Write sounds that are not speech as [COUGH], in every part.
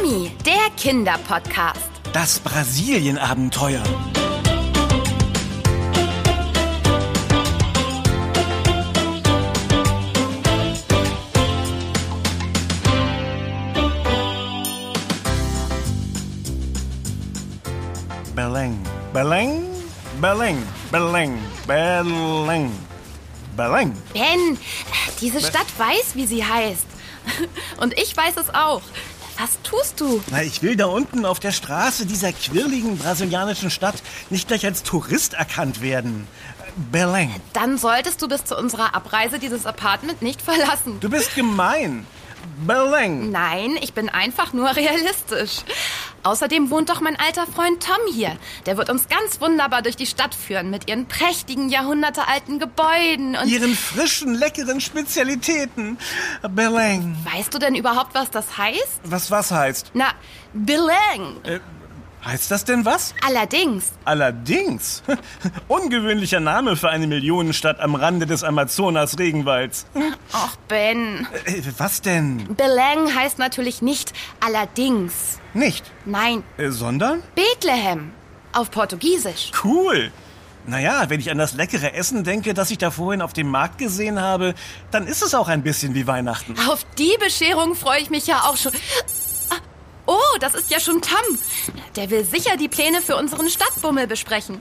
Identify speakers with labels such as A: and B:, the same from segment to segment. A: Der Kinderpodcast.
B: Das Brasilien-Abenteuer. Belém, Belém, Belém, Belém, Belém, Belém.
A: Ben, diese Stadt weiß, wie sie heißt. [LAUGHS] Und ich weiß es auch. Was tust du?
B: Na, ich will da unten auf der Straße dieser quirligen brasilianischen Stadt nicht gleich als Tourist erkannt werden. Belém,
A: Dann solltest du bis zu unserer Abreise dieses Apartment nicht verlassen.
B: du bist gemein. Belém.
A: Nein, ich bin einfach nur [LAUGHS] realistisch. Außerdem wohnt doch mein alter Freund Tom hier. Der wird uns ganz wunderbar durch die Stadt führen mit ihren prächtigen, jahrhundertealten Gebäuden. Und
B: Ihren frischen, leckeren Spezialitäten. Belém.
A: weißt du denn überhaupt, was das heißt?
B: Was was heißt?
A: Na, Beleng.
B: Heißt das denn was?
A: Allerdings,
B: Allerdings. [LAUGHS] Ungewöhnlicher Name für eine Millionenstadt am Rande des Amazonas-Regenwalds.
A: ach Ben,
B: Äh, Was denn?
A: Beleng heißt natürlich nicht allerdings.
B: Nicht,
A: Nein,
B: äh, sondern?
A: Bethlehem. Auf Portugiesisch.
B: Cool. Naja, wenn ich an das leckere Essen denke, das ich da vorhin auf dem Markt gesehen habe, dann ist es auch ein bisschen wie Weihnachten.
A: Auf die Bescherung freue ich mich ja auch schon. Ah, Oh, das ist ja schon Tom. Der will sicher die Pläne für unseren Stadtbummel besprechen.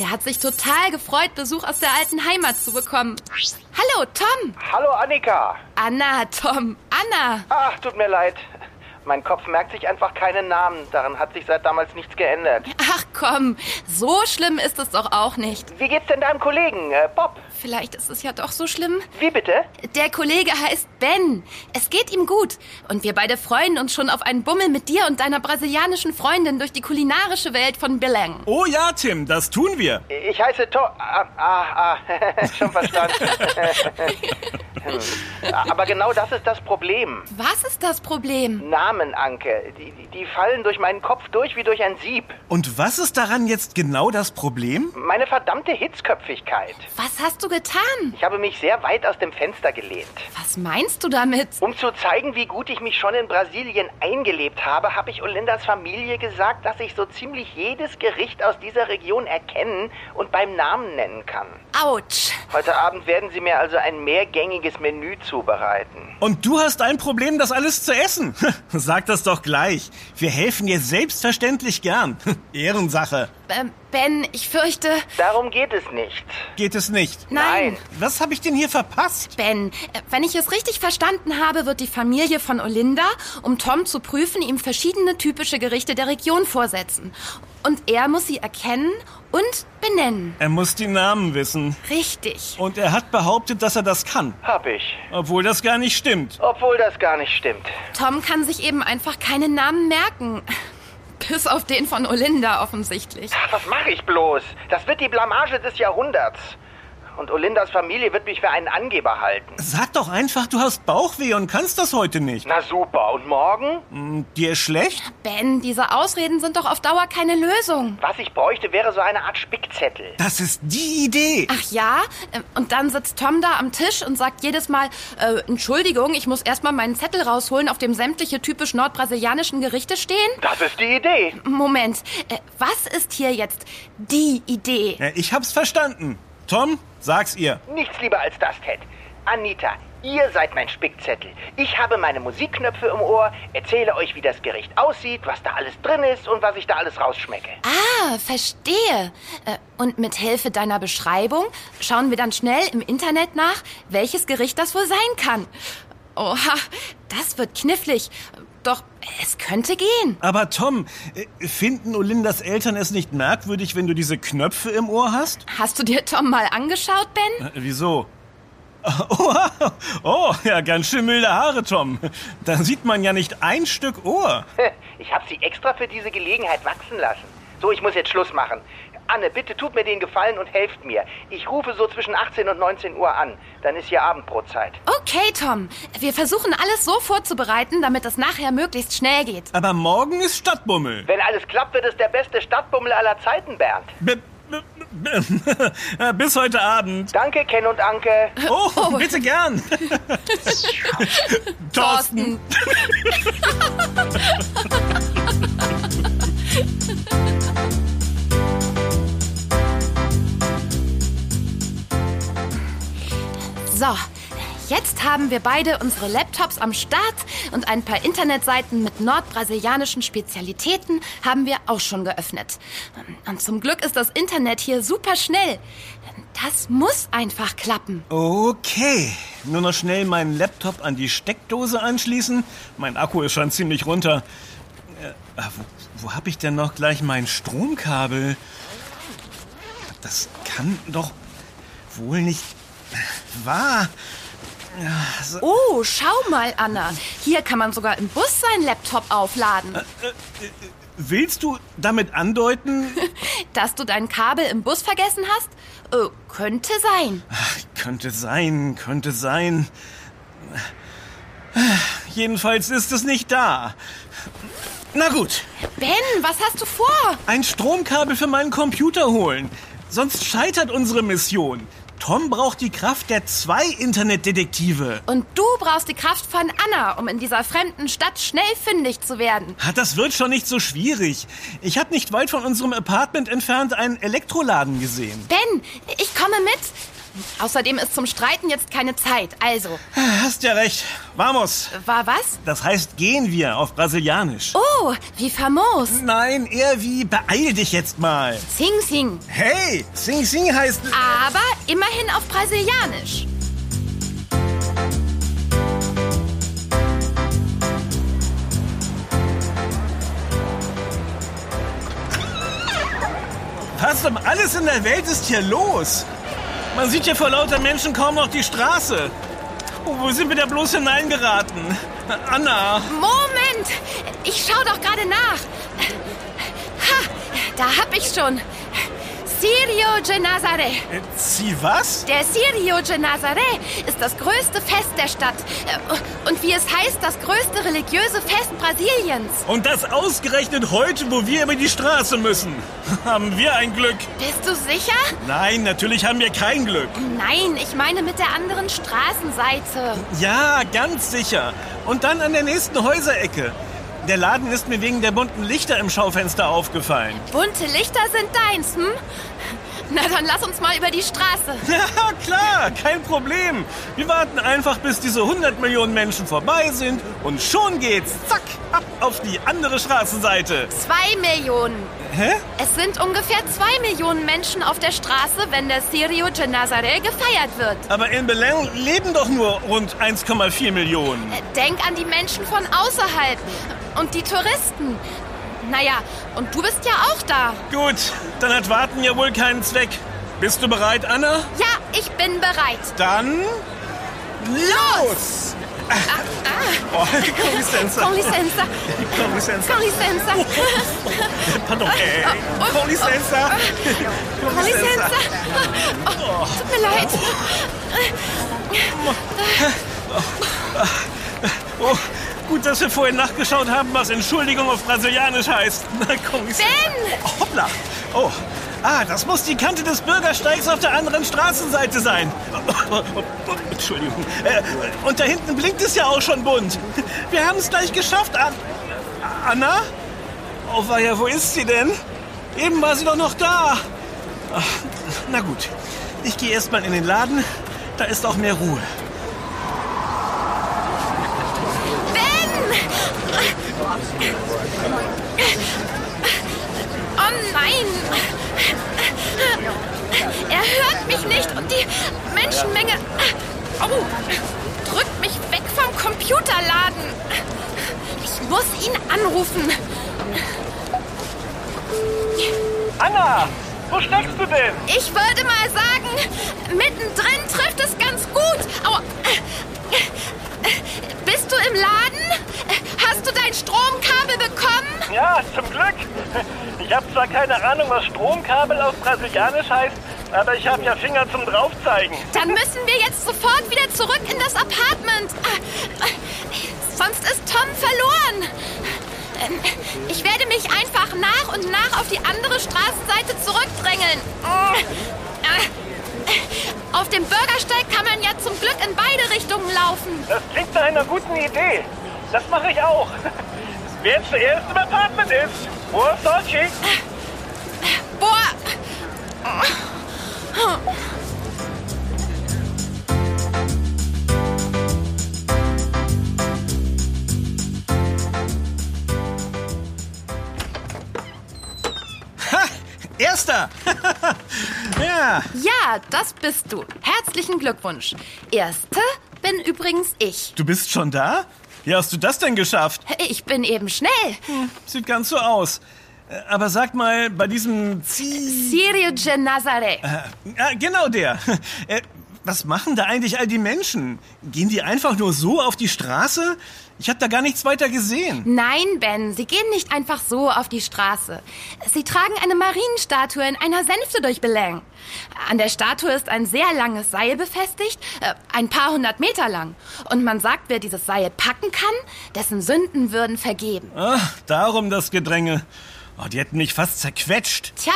A: Der hat sich total gefreut, Besuch aus der alten Heimat zu bekommen. Hallo, Tom.
C: Hallo Annika.
A: Anna, Tom. Anna.
C: Ach, tut mir leid. Mein Kopf merkt sich einfach keinen Namen. Daran hat sich seit damals nichts geändert.
A: Ach komm, so schlimm ist es doch auch nicht.
C: Wie geht's denn deinem Kollegen, äh, Bob?
A: Vielleicht ist es ja doch so schlimm.
C: Wie bitte?
A: Der Kollege heißt Ben. Es geht ihm gut. Und wir beide freuen uns schon auf einen Bummel mit dir und deiner brasilianischen Freundin durch die kulinarische Welt von Beleng.
B: Oh ja, Tim, das tun wir.
C: Ich heiße To... Ah, ah, ah. [LAUGHS] schon verstanden. Hm. Aber genau das ist das Problem.
A: Was ist das Problem?
C: Namen, Anke. Die, die- die fallen durch meinen Kopf durch wie durch ein Sieb.
B: Und was ist daran jetzt genau das Problem?
C: Meine verdammte Hitzköpfigkeit.
A: Was hast du getan?
C: Ich habe mich sehr weit aus dem Fenster gelehnt.
A: Was meinst du damit?
C: Um zu zeigen, wie gut ich mich schon in Brasilien eingelebt habe, habe ich Olindas Familie gesagt, dass ich so ziemlich jedes Gericht aus dieser Region erkennen und beim Namen nennen kann.
A: Autsch.
C: Heute Abend werden sie mir also ein mehrgängiges Menü zubereiten.
B: Und du hast ein Problem, das alles zu essen. [LAUGHS] Sag das doch gleich. Wir helfen dir selbstverständlich gern. [LAUGHS] Ehrensache.
A: Ähm, ben, ich fürchte.
C: Darum geht es nicht.
B: Geht es nicht.
A: Nein.
C: Nein.
B: Was habe ich denn hier verpasst?
A: Ben, äh, wenn ich es richtig verstanden habe, wird die Familie von Olinda, um Tom zu prüfen, ihm verschiedene typische Gerichte der Region vorsetzen. Und er muss sie erkennen und benennen.
B: Er muss die Namen wissen.
A: Richtig.
B: Und er hat behauptet, dass er das kann.
C: Hab ich.
B: Obwohl das gar nicht stimmt.
C: Obwohl das gar nicht stimmt.
A: Tom kann sich eben einfach keine Namen merken. Bis auf den von Olinda offensichtlich.
C: Ach, was mache ich bloß? Das wird die Blamage des Jahrhunderts. Und Olindas Familie wird mich für einen Angeber halten.
B: Sag doch einfach, du hast Bauchweh und kannst das heute nicht.
C: Na super. Und morgen?
B: Dir ist schlecht?
A: Ben, diese Ausreden sind doch auf Dauer keine Lösung.
C: Was ich bräuchte, wäre so eine Art Spickzettel.
B: Das ist die Idee.
A: Ach ja? Ähm, Und dann sitzt Tom da am Tisch und sagt jedes Mal, äh, Entschuldigung, ich muss erstmal meinen Zettel rausholen, auf dem sämtliche typisch nordbrasilianischen Gerichte stehen?
C: Das ist die Idee.
A: Moment, äh, was ist hier jetzt die Idee?
B: Ja, Ich hab's verstanden. Tom, sag's ihr.
C: Nichts lieber als das, Ted. Anita, ihr seid mein Spickzettel. Ich habe meine Musikknöpfe im Ohr, erzähle euch, wie das Gericht aussieht, was da alles drin ist und was ich da alles rausschmecke. [LAUGHS]
A: Ah, verstehe. Äh, Und mit Hilfe deiner Beschreibung schauen wir dann schnell im Internet nach, welches Gericht das wohl sein kann. Oha, das wird knifflig. Doch es könnte gehen.
B: Aber Tom, äh, finden Olindas Eltern es nicht merkwürdig, wenn du diese Knöpfe im Ohr hast?
A: Hast du dir Tom mal angeschaut, Ben?
B: Äh, Wieso? [LAUGHS] Oh, oh, ja, ganz schön milde Haare, Tom. Da sieht man ja nicht ein Stück Ohr.
C: Ich habe sie extra für diese Gelegenheit wachsen lassen. So, ich muss jetzt Schluss machen. Anne, bitte tut mir den Gefallen und helft mir. Ich rufe so zwischen 18 und 19 Uhr an. Dann ist hier Abendbrotzeit.
A: Okay, Tom. Wir versuchen alles so vorzubereiten, damit es nachher möglichst schnell geht.
B: Aber morgen ist Stadtbummel.
C: Wenn alles klappt, wird es der beste Stadtbummel aller Zeiten, Bernd.
B: B b- [LAUGHS] b- äh, bis heute Abend.
C: Danke, Ken und Anke.
B: Oh, bitte gern. [LAUGHS] Thorsten.
A: [LAUGHS] So, jetzt haben wir beide unsere Laptops am Start und ein paar Internetseiten mit nordbrasilianischen Spezialitäten haben wir auch schon geöffnet. Und zum Glück ist das Internet hier super schnell. Das muss einfach klappen.
B: Okay, nur noch schnell meinen Laptop an die Steckdose anschließen. Mein Akku ist schon ziemlich runter. Äh, ah, wo wo habe ich denn noch gleich mein Stromkabel? Das kann doch wohl nicht wahr.
A: Oh, schau mal, Anna. Hier kann man sogar im Bus seinen Laptop aufladen.
B: Willst du damit andeuten?
A: Dass du dein Kabel im Bus vergessen hast? Äh, könnte sein.
B: Ach, könnte sein, könnte sein. Äh, Jedenfalls ist es nicht da. Na gut,
A: Ben, was hast du vor?
B: ein Stromkabel für meinen Computer holen. Sonst scheitert unsere Mission. Tom braucht die Kraft der zwei Internetdetektive.
A: Und du brauchst die Kraft von Anna, um in dieser fremden Stadt schnell fündig zu werden.
B: Ah, Das wird schon nicht so schwierig. Ich habe nicht weit von unserem Apartment entfernt einen Elektroladen gesehen.
A: Ben, ich komme mit. Außerdem ist zum Streiten jetzt keine Zeit. Also,
B: Hast ja recht. Vamos.
A: war was?
B: Das heißt, gehen wir auf Brasilianisch.
A: Oh, wie famos.
B: Nein, eher wie beeil dich jetzt mal.
A: Sing Sing.
B: Hey, Sing Sing heißt.
A: Aber immerhin auf Brasilianisch.
B: Was um alles in der Welt ist hier los? Man sieht hier vor lauter Menschen kaum noch die Straße. Oh, wo sind wir da bloß hineingeraten? Anna.
A: Moment! Ich schau doch gerade nach. Ha, da hab ich schon. Sirio de Nazaré.
B: Äh, Sie was?
A: Der Sirio de Nazaré ist das größte Fest der Stadt. Äh, Und wie es heißt, das größte religiöse Fest Brasiliens.
B: Und das ausgerechnet heute, wo wir über die Straße müssen. [LAUGHS] Haben wir ein Glück?
A: Bist du sicher?
B: Nein, natürlich haben wir kein Glück.
A: Nein, ich meine mit der anderen Straßenseite.
B: Ja, ganz sicher. Und dann an der nächsten Häuserecke. Der Laden ist mir wegen der bunten Lichter im Schaufenster aufgefallen.
A: Bunte Lichter sind deins, hm? Na dann lass uns mal über die Straße.
B: [LAUGHS] Ja, klar, kein Problem. Wir warten einfach, bis diese 100 Millionen Menschen vorbei sind und schon geht's, zack, ab auf die andere Straßenseite.
A: Zwei Millionen.
B: Hä?
A: Es sind ungefähr zwei Millionen Menschen auf der Straße, wenn der Sirio de Nazaré gefeiert wird.
B: Aber in Belém leben doch nur rund 1,4 Millionen.
A: Denk an die Menschen von außerhalb und die Touristen. Naja, und du bist ja auch da.
B: Gut, dann hat Warten ja wohl keinen Zweck. Bist du bereit, Anna?
A: Ja, ich bin bereit.
B: Dann los!
A: Ah,
B: Oh, [LAUGHS] Konsistenza.
A: Conlicenza,
B: Konsistenza.
A: Conlicenza,
B: Oh, Pardon, ey. Konsistenza.
A: Conlicenza. Oh, tut mir leid.
B: Oh, gut, dass wir vorhin nachgeschaut haben, was Entschuldigung auf Brasilianisch heißt. [LAUGHS] Na, Konsistenza.
A: Ben!
B: Hoppla. Oh. Ah, das muss die Kante des Bürgersteigs auf der anderen Straßenseite sein. Oh, Entschuldigung. Äh, Und da hinten blinkt es ja auch schon bunt. Wir haben es gleich geschafft, An Anna? Oh, weia, wo ist sie denn? Eben war sie doch noch da. Ach, Na gut, ich gehe erstmal in den Laden. Da ist auch mehr Ruhe.
A: Oh nein. Er hört mich nicht und die Menschenmenge oh, drückt mich weg vom Computerladen. Ich muss ihn anrufen.
C: Anna, wo steckst du denn?
A: Ich würde mal sagen, mittendrin trifft es ganz gut. Aua. Bist du im Laden? Hast du dein Stromkabel bekommen?
C: Ja, zum Glück. Ich habe zwar keine Ahnung, was Stromkabel auf Brasilianisch heißt, aber ich habe ja Finger zum Draufzeigen.
A: Dann müssen wir jetzt sofort wieder zurück in das Apartment. Ah, Sonst ist Tom verloren. Ähm, Ich werde mich einfach nach und nach auf die andere Straßenseite zurückdrängeln. Ah, ah. Auf dem Bürgersteig kann man ja zum Glück in beide Richtungen laufen.
C: Das klingt nach einer guten Idee. Das mache ich auch.
B: Wer zuerst im Apartment ist. Frohes Deutsche.
A: Boah!
B: Ha! Erster! [LAUGHS] ja,
A: Ja, das bist du. Herzlichen Glückwunsch. Erste bin übrigens ich.
B: du bist schon da? Wie hast du das denn geschafft?
A: Ich bin eben schnell.
B: Sieht ganz so aus. Äh, Aber sag mal, bei diesem Zieh...
A: Sirio Genazare.
B: Ah, genau der. [LAUGHS] Äh, Was machen da eigentlich all die Menschen? Gehen die einfach nur so auf die Straße? Ich habe da gar nichts weiter gesehen.
A: Nein, Ben, sie gehen nicht einfach so auf die Straße. Sie tragen eine Marienstatue in einer Sänfte durch Beleng. An der Statue ist ein sehr langes Seil befestigt, äh, ein paar hundert Meter lang. Und man sagt, wer dieses Seil packen kann, dessen Sünden würden vergeben.
B: Ah, darum das Gedränge. Oh, die hätten mich fast zerquetscht.
A: Tja,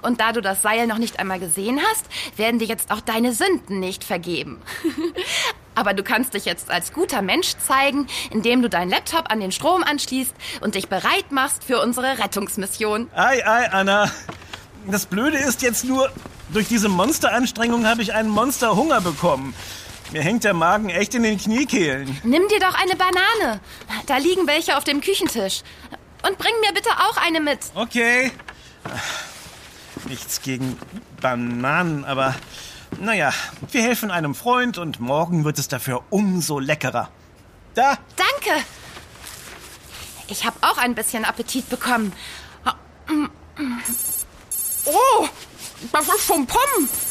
A: und da du das Seil noch nicht einmal gesehen hast, werden dir jetzt auch deine Sünden nicht vergeben. [LAUGHS] Aber du kannst dich jetzt als guter Mensch zeigen, indem du deinen Laptop an den Strom anschließt und dich bereit machst für unsere Rettungsmission.
B: Ei, ei, Anna. Das Blöde ist jetzt nur, durch diese Monsteranstrengung habe ich einen Monsterhunger bekommen. Mir hängt der Magen echt in den Kniekehlen.
A: Nimm dir doch eine Banane. Da liegen welche auf dem Küchentisch. Und bring mir bitte auch eine mit.
B: Okay. Nichts gegen Bananen, aber naja, wir helfen einem Freund und morgen wird es dafür umso leckerer. Da,
A: Danke. Ich habe auch ein bisschen Appetit bekommen. Oh, das ist schon Pommes.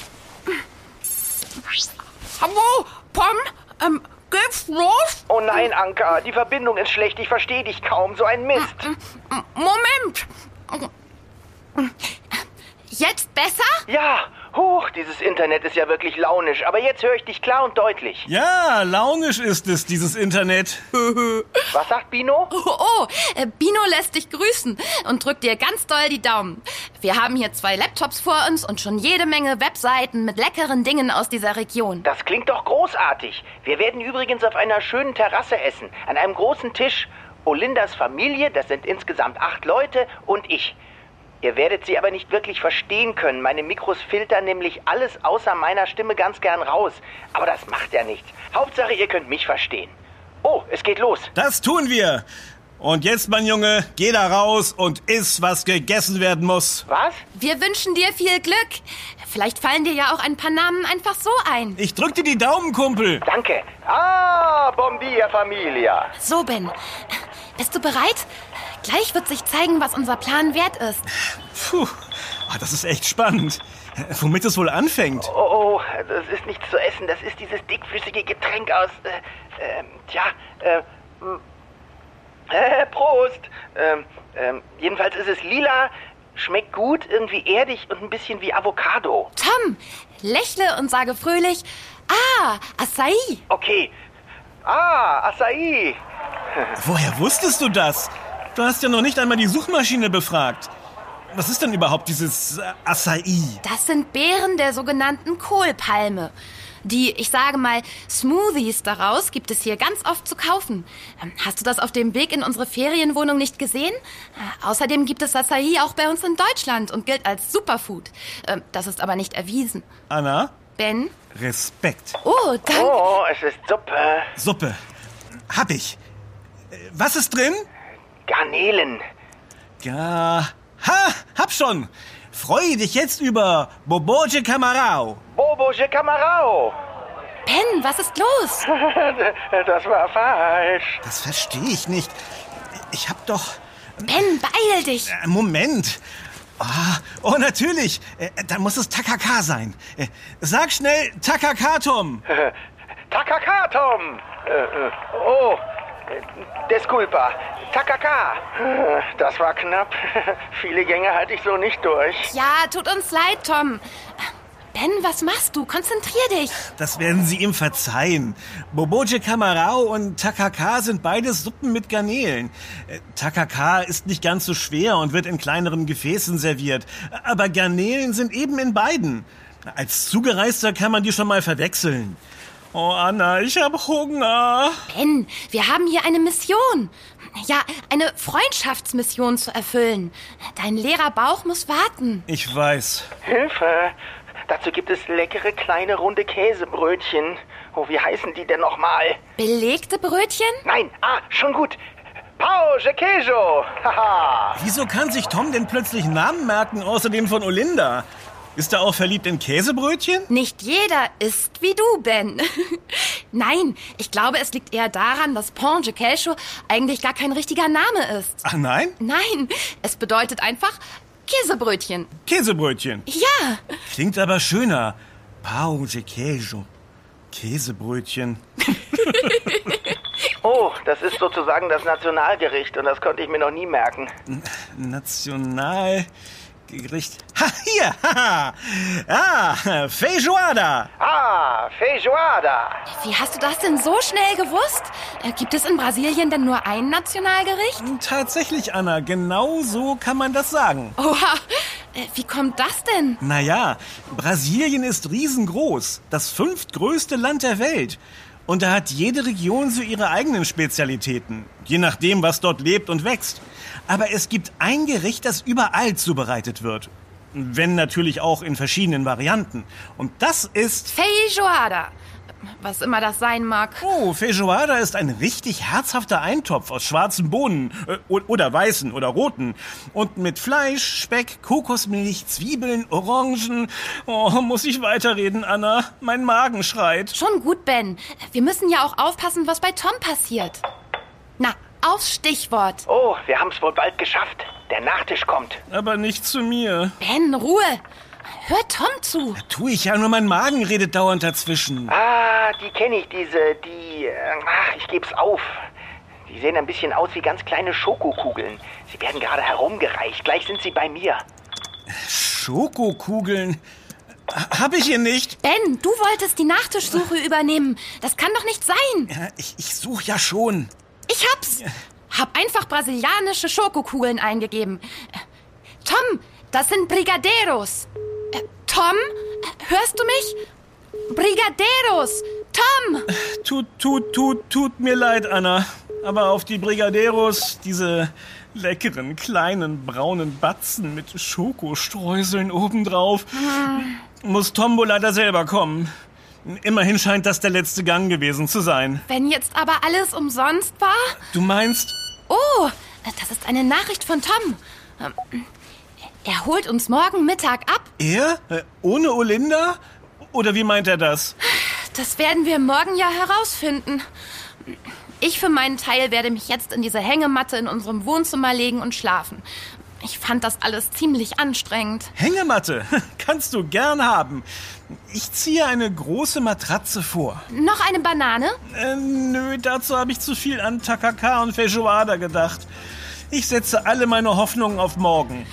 A: Hallo, Pommes? Ähm, geht's los?
C: Oh nein, Anka, die Verbindung ist schlecht. Ich verstehe dich kaum. So ein Mist.
A: Moment. Jetzt besser?
C: Ja, huch, dieses Internet ist ja wirklich launisch. Aber jetzt höre ich dich klar und deutlich.
B: ja, launisch ist es, dieses Internet.
C: Was sagt Bino?
A: Oh, oh, äh, Bino lässt dich grüßen und drückt dir ganz doll die Daumen. Wir haben hier zwei Laptops vor uns und schon jede Menge Webseiten mit leckeren Dingen aus dieser Region.
C: Das klingt doch großartig. Wir werden übrigens auf einer schönen Terrasse essen, an einem großen Tisch. Olindas Familie, das sind insgesamt acht Leute, und ich. Ihr werdet sie aber nicht wirklich verstehen können. Meine Mikros filtern nämlich alles außer meiner Stimme ganz gern raus. Aber das macht ja nichts. Hauptsache, ihr könnt mich verstehen. Oh, es geht los.
B: Das tun wir. Und jetzt, mein Junge, geh da raus und iss, was gegessen werden muss.
C: Was?
A: Wir wünschen dir viel Glück. Vielleicht fallen dir ja auch ein paar Namen einfach so ein.
B: Ich drück dir die Daumen, Kumpel.
C: Danke. Ah, bon dia, Familia.
A: So, Ben. Bist du bereit? Gleich wird sich zeigen, was unser Plan wert ist.
B: Puh, ah, das ist echt spannend. Äh, Womit es wohl anfängt.
C: Oh, oh, das ist nichts zu essen. Das ist dieses dickflüssige Getränk aus. Äh, ähm, tja, äh, m- äh, Prost! Ähm, ähm, jedenfalls ist es lila, schmeckt gut, irgendwie erdig und ein bisschen wie Avocado.
A: Tom, lächle und sage fröhlich, ah, Acai.
C: Okay. Ah, Acai!
B: Woher wusstest du das? Du hast ja noch nicht einmal die Suchmaschine befragt. Was ist denn überhaupt dieses äh, Acai?
A: Das sind Beeren der sogenannten Kohlpalme. Die, ich sage mal, Smoothies daraus gibt es hier ganz oft zu kaufen. Ähm, Hast du das auf dem Weg in unsere Ferienwohnung nicht gesehen? Äh, Außerdem gibt es Acai auch bei uns in Deutschland und gilt als Superfood. Ähm, Das ist aber nicht erwiesen.
B: Anna,
A: Ben?
B: Respekt.
A: Oh, danke.
C: Oh, es ist Suppe.
B: Suppe. Hab ich. Äh, Was ist drin?
C: Garnelen.
B: Ja. Ha, hab schon. Freue dich jetzt über Boboje Camarao.
C: Bobo de Camarao. [LAUGHS]
A: Ben, was ist los?
C: Das war falsch.
B: Das verstehe ich nicht. Ich hab doch.
A: Ben, beeil dich.
B: Äh, Moment. Ah, oh, natürlich. Äh, Da muss es Takaka sein. Äh, Sag schnell Takakatum.
C: Takakatom. Äh, äh, oh, Desculpa. Takaka. Äh, Das war knapp. [LAUGHS] Viele Gänge halte ich so nicht durch.
A: Ja, tut uns leid, Tom. Äh, Ben, was machst du? Konzentrier dich.
B: Das werden Sie ihm verzeihen. Boboje Camarao und Takaka sind beides Suppen mit Garnelen. Äh, Takaka ist nicht ganz so schwer und wird in kleineren Gefäßen serviert. Aber Garnelen sind eben in beiden. Als Zugereister kann man die schon mal verwechseln. Oh, Anna, ich habe Hunger.
A: Ben, wir haben hier eine Mission. Ja, eine Freundschaftsmission zu erfüllen. Dein leerer Bauch muss warten.
B: Ich weiß.
C: Hilfe! Dazu gibt es leckere kleine runde Käsebrötchen. Oh, wie heißen die denn nochmal?
A: Belegte Brötchen?
C: Nein, ah, schon gut. Pause Queijo! Haha!
B: Wieso kann sich Tom denn plötzlich Namen merken, außerdem von Olinda? Ist er auch verliebt in Käsebrötchen?
A: Nicht jeder ist wie du, Ben. [LAUGHS] Nein, ich glaube, es liegt eher daran, dass Ponge Kelcho eigentlich gar kein richtiger Name ist.
B: Ah nein,
A: Nein, es bedeutet einfach Käsebrötchen.
B: Käsebrötchen.
A: Ja,
B: Klingt aber schöner. Pau de queijo. Käsebrötchen.
C: Oh, das ist sozusagen das Nationalgericht und das konnte ich mir noch nie merken.
B: Nationalgericht. Ha, hier, haha. Ah, Feijoada.
C: Ah, Feijoada!
A: wie hast du das denn so schnell gewusst? Äh, Gibt es in Brasilien denn nur ein Nationalgericht?
B: Tatsächlich, Anna, genau so kann man das sagen.
A: Oha, äh, wie kommt das denn?
B: Naja, Brasilien ist riesengroß, das fünftgrößte Land der Welt. Und da hat jede Region so ihre eigenen Spezialitäten, je nachdem, was dort lebt und wächst. Aber es gibt ein Gericht, das überall zubereitet wird. Wenn natürlich auch in verschiedenen Varianten. Und das ist...
A: Feijoada. Was immer das sein mag.
B: Oh, Feijoada ist ein richtig herzhafter Eintopf aus schwarzen Bohnen äh, o- oder weißen oder roten. Und mit Fleisch, Speck, Kokosmilch, Zwiebeln, Orangen. Oh, muss ich weiterreden, Anna? Mein Magen schreit.
A: Schon gut, Ben. Wir müssen ja auch aufpassen, was bei Tom passiert. Na, aufs Stichwort.
C: Oh, wir haben es wohl bald geschafft. Der Nachtisch kommt.
B: Aber nicht zu mir.
A: Ben, Ruhe. Hör Tom zu.
B: Tu ich ja, nur mein Magen redet dauernd dazwischen.
C: Ah, die kenne ich, diese, die. äh, Ach, ich geb's auf. Die sehen ein bisschen aus wie ganz kleine Schokokugeln. Sie werden gerade herumgereicht. Gleich sind sie bei mir.
B: Schokokugeln? H- Hab ich hier nicht.
A: Ben, du wolltest die Nachtischsuche übernehmen. Das kann doch nicht sein.
B: Ja, Ich, ich suche ja schon.
A: Ich hab's. Hab einfach brasilianische Schokokugeln eingegeben. Äh, Tom, das sind Brigadeiros. Äh, Tom, hörst du mich? Brigadeiros. Tom.
B: Tut, tut, tut, tut mir leid, Anna. Aber auf die Brigaderos, diese leckeren, kleinen, braunen Batzen mit Schokostreuseln obendrauf, muss Tombo leider selber kommen. Immerhin scheint das der letzte Gang gewesen zu sein.
A: Wenn jetzt aber alles umsonst war?
B: Du meinst,
A: Oh, das ist eine Nachricht von Tom. Ähm, Er holt uns morgen Mittag ab.
B: er? Äh, Ohne Olinda? Oder wie meint er das?
A: Das werden wir morgen ja herausfinden. Ich für meinen Teil werde mich jetzt in diese Hängematte in unserem Wohnzimmer legen und schlafen. Ich fand das alles ziemlich anstrengend.
B: Hängematte [LAUGHS] kannst du gern haben. Ich ziehe eine große Matratze vor.
A: Noch eine Banane?
B: Äh, nö, dazu habe ich zu viel an Takaka und Feijoada gedacht. Ich setze alle meine Hoffnungen auf morgen.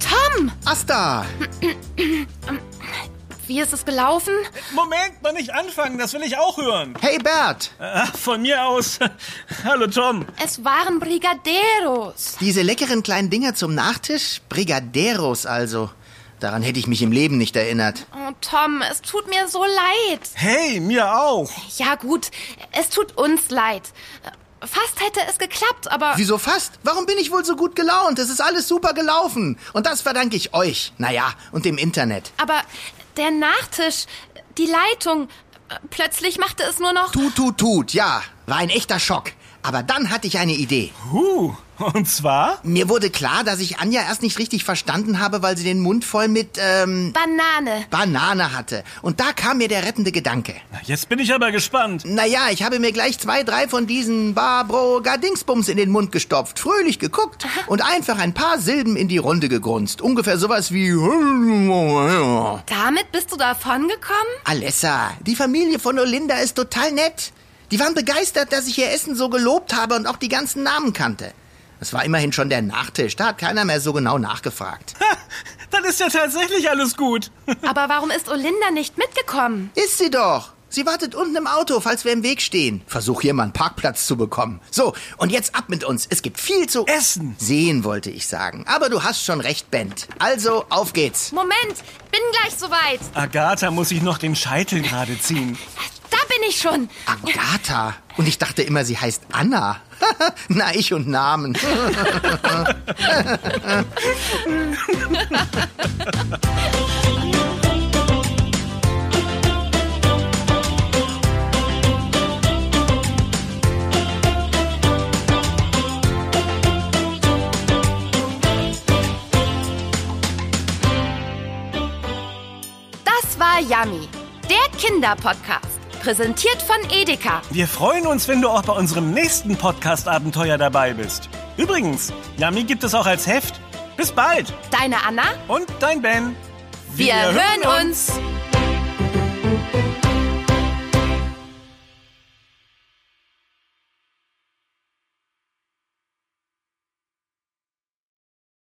A: Tom,
D: Asta!
A: wie ist es gelaufen?
B: Moment, mal nicht anfangen, das will ich auch hören.
D: Hey Bert!
B: Äh, von mir aus. [LAUGHS] Hallo Tom.
A: Es waren Brigaderos.
D: Diese leckeren kleinen Dinger zum Nachtisch? Brigaderos also. Daran hätte ich mich im Leben nicht erinnert.
A: Oh, Tom, es tut mir so leid.
B: Hey, mir auch.
A: Ja gut, es tut uns leid. Fast hätte es geklappt, aber...
D: Wieso fast? Warum bin ich wohl so gut gelaunt? Es ist alles super gelaufen. Und das verdanke ich euch. Naja, und dem Internet.
A: Aber der Nachtisch, die Leitung, äh, plötzlich machte es nur noch.
D: Tut, tut, tut, ja. War ein echter Schock. Aber dann hatte ich eine Idee.
B: Huh. Und zwar?
D: Mir wurde klar, dass ich Anja erst nicht richtig verstanden habe, weil sie den Mund voll mit, ähm,
A: Banane.
D: Banane hatte. Und da kam mir der rettende Gedanke.
B: Na, Jetzt bin ich aber gespannt.
D: Naja, ich habe mir gleich zwei, drei von diesen Barbro-Gardingsbums in den Mund gestopft, fröhlich geguckt und einfach ein paar Silben in die Runde gegrunzt. Ungefähr sowas wie...
A: Damit bist du
C: [LAUGHS]
A: davongekommen?
D: Alessa, die Familie von Olinda ist total nett. Die waren begeistert, dass ich ihr Essen so gelobt habe und auch die ganzen Namen kannte. Es war immerhin schon der Nachtisch, da hat keiner mehr so genau nachgefragt.
B: Dann ist ja tatsächlich alles gut.
A: Aber warum ist Olinda nicht mitgekommen?
D: Ist sie doch.
C: Sie wartet unten im Auto, falls wir im Weg stehen. Versuch hier mal einen Parkplatz zu bekommen. So, und jetzt ab mit uns. Es gibt viel zu
B: Essen.
C: Sehen wollte ich sagen. Aber du hast schon recht, Bent. Also, auf geht's.
A: Moment, bin gleich soweit.
B: Agatha muss sich noch den Scheitel gerade ziehen.
A: Da bin ich schon.
C: Agatha. Und ich dachte immer, sie heißt Anna. [LAUGHS] Na, ich und Namen.
A: Das war Yummy, der Kinderpodcast. Präsentiert von Edeka.
B: Wir freuen uns, wenn du auch bei unserem nächsten Podcast-Abenteuer dabei bist. Übrigens, Yami gibt es auch als Heft. Bis bald
A: Deine Anna?
B: und dein Ben.
A: Wir, hören uns.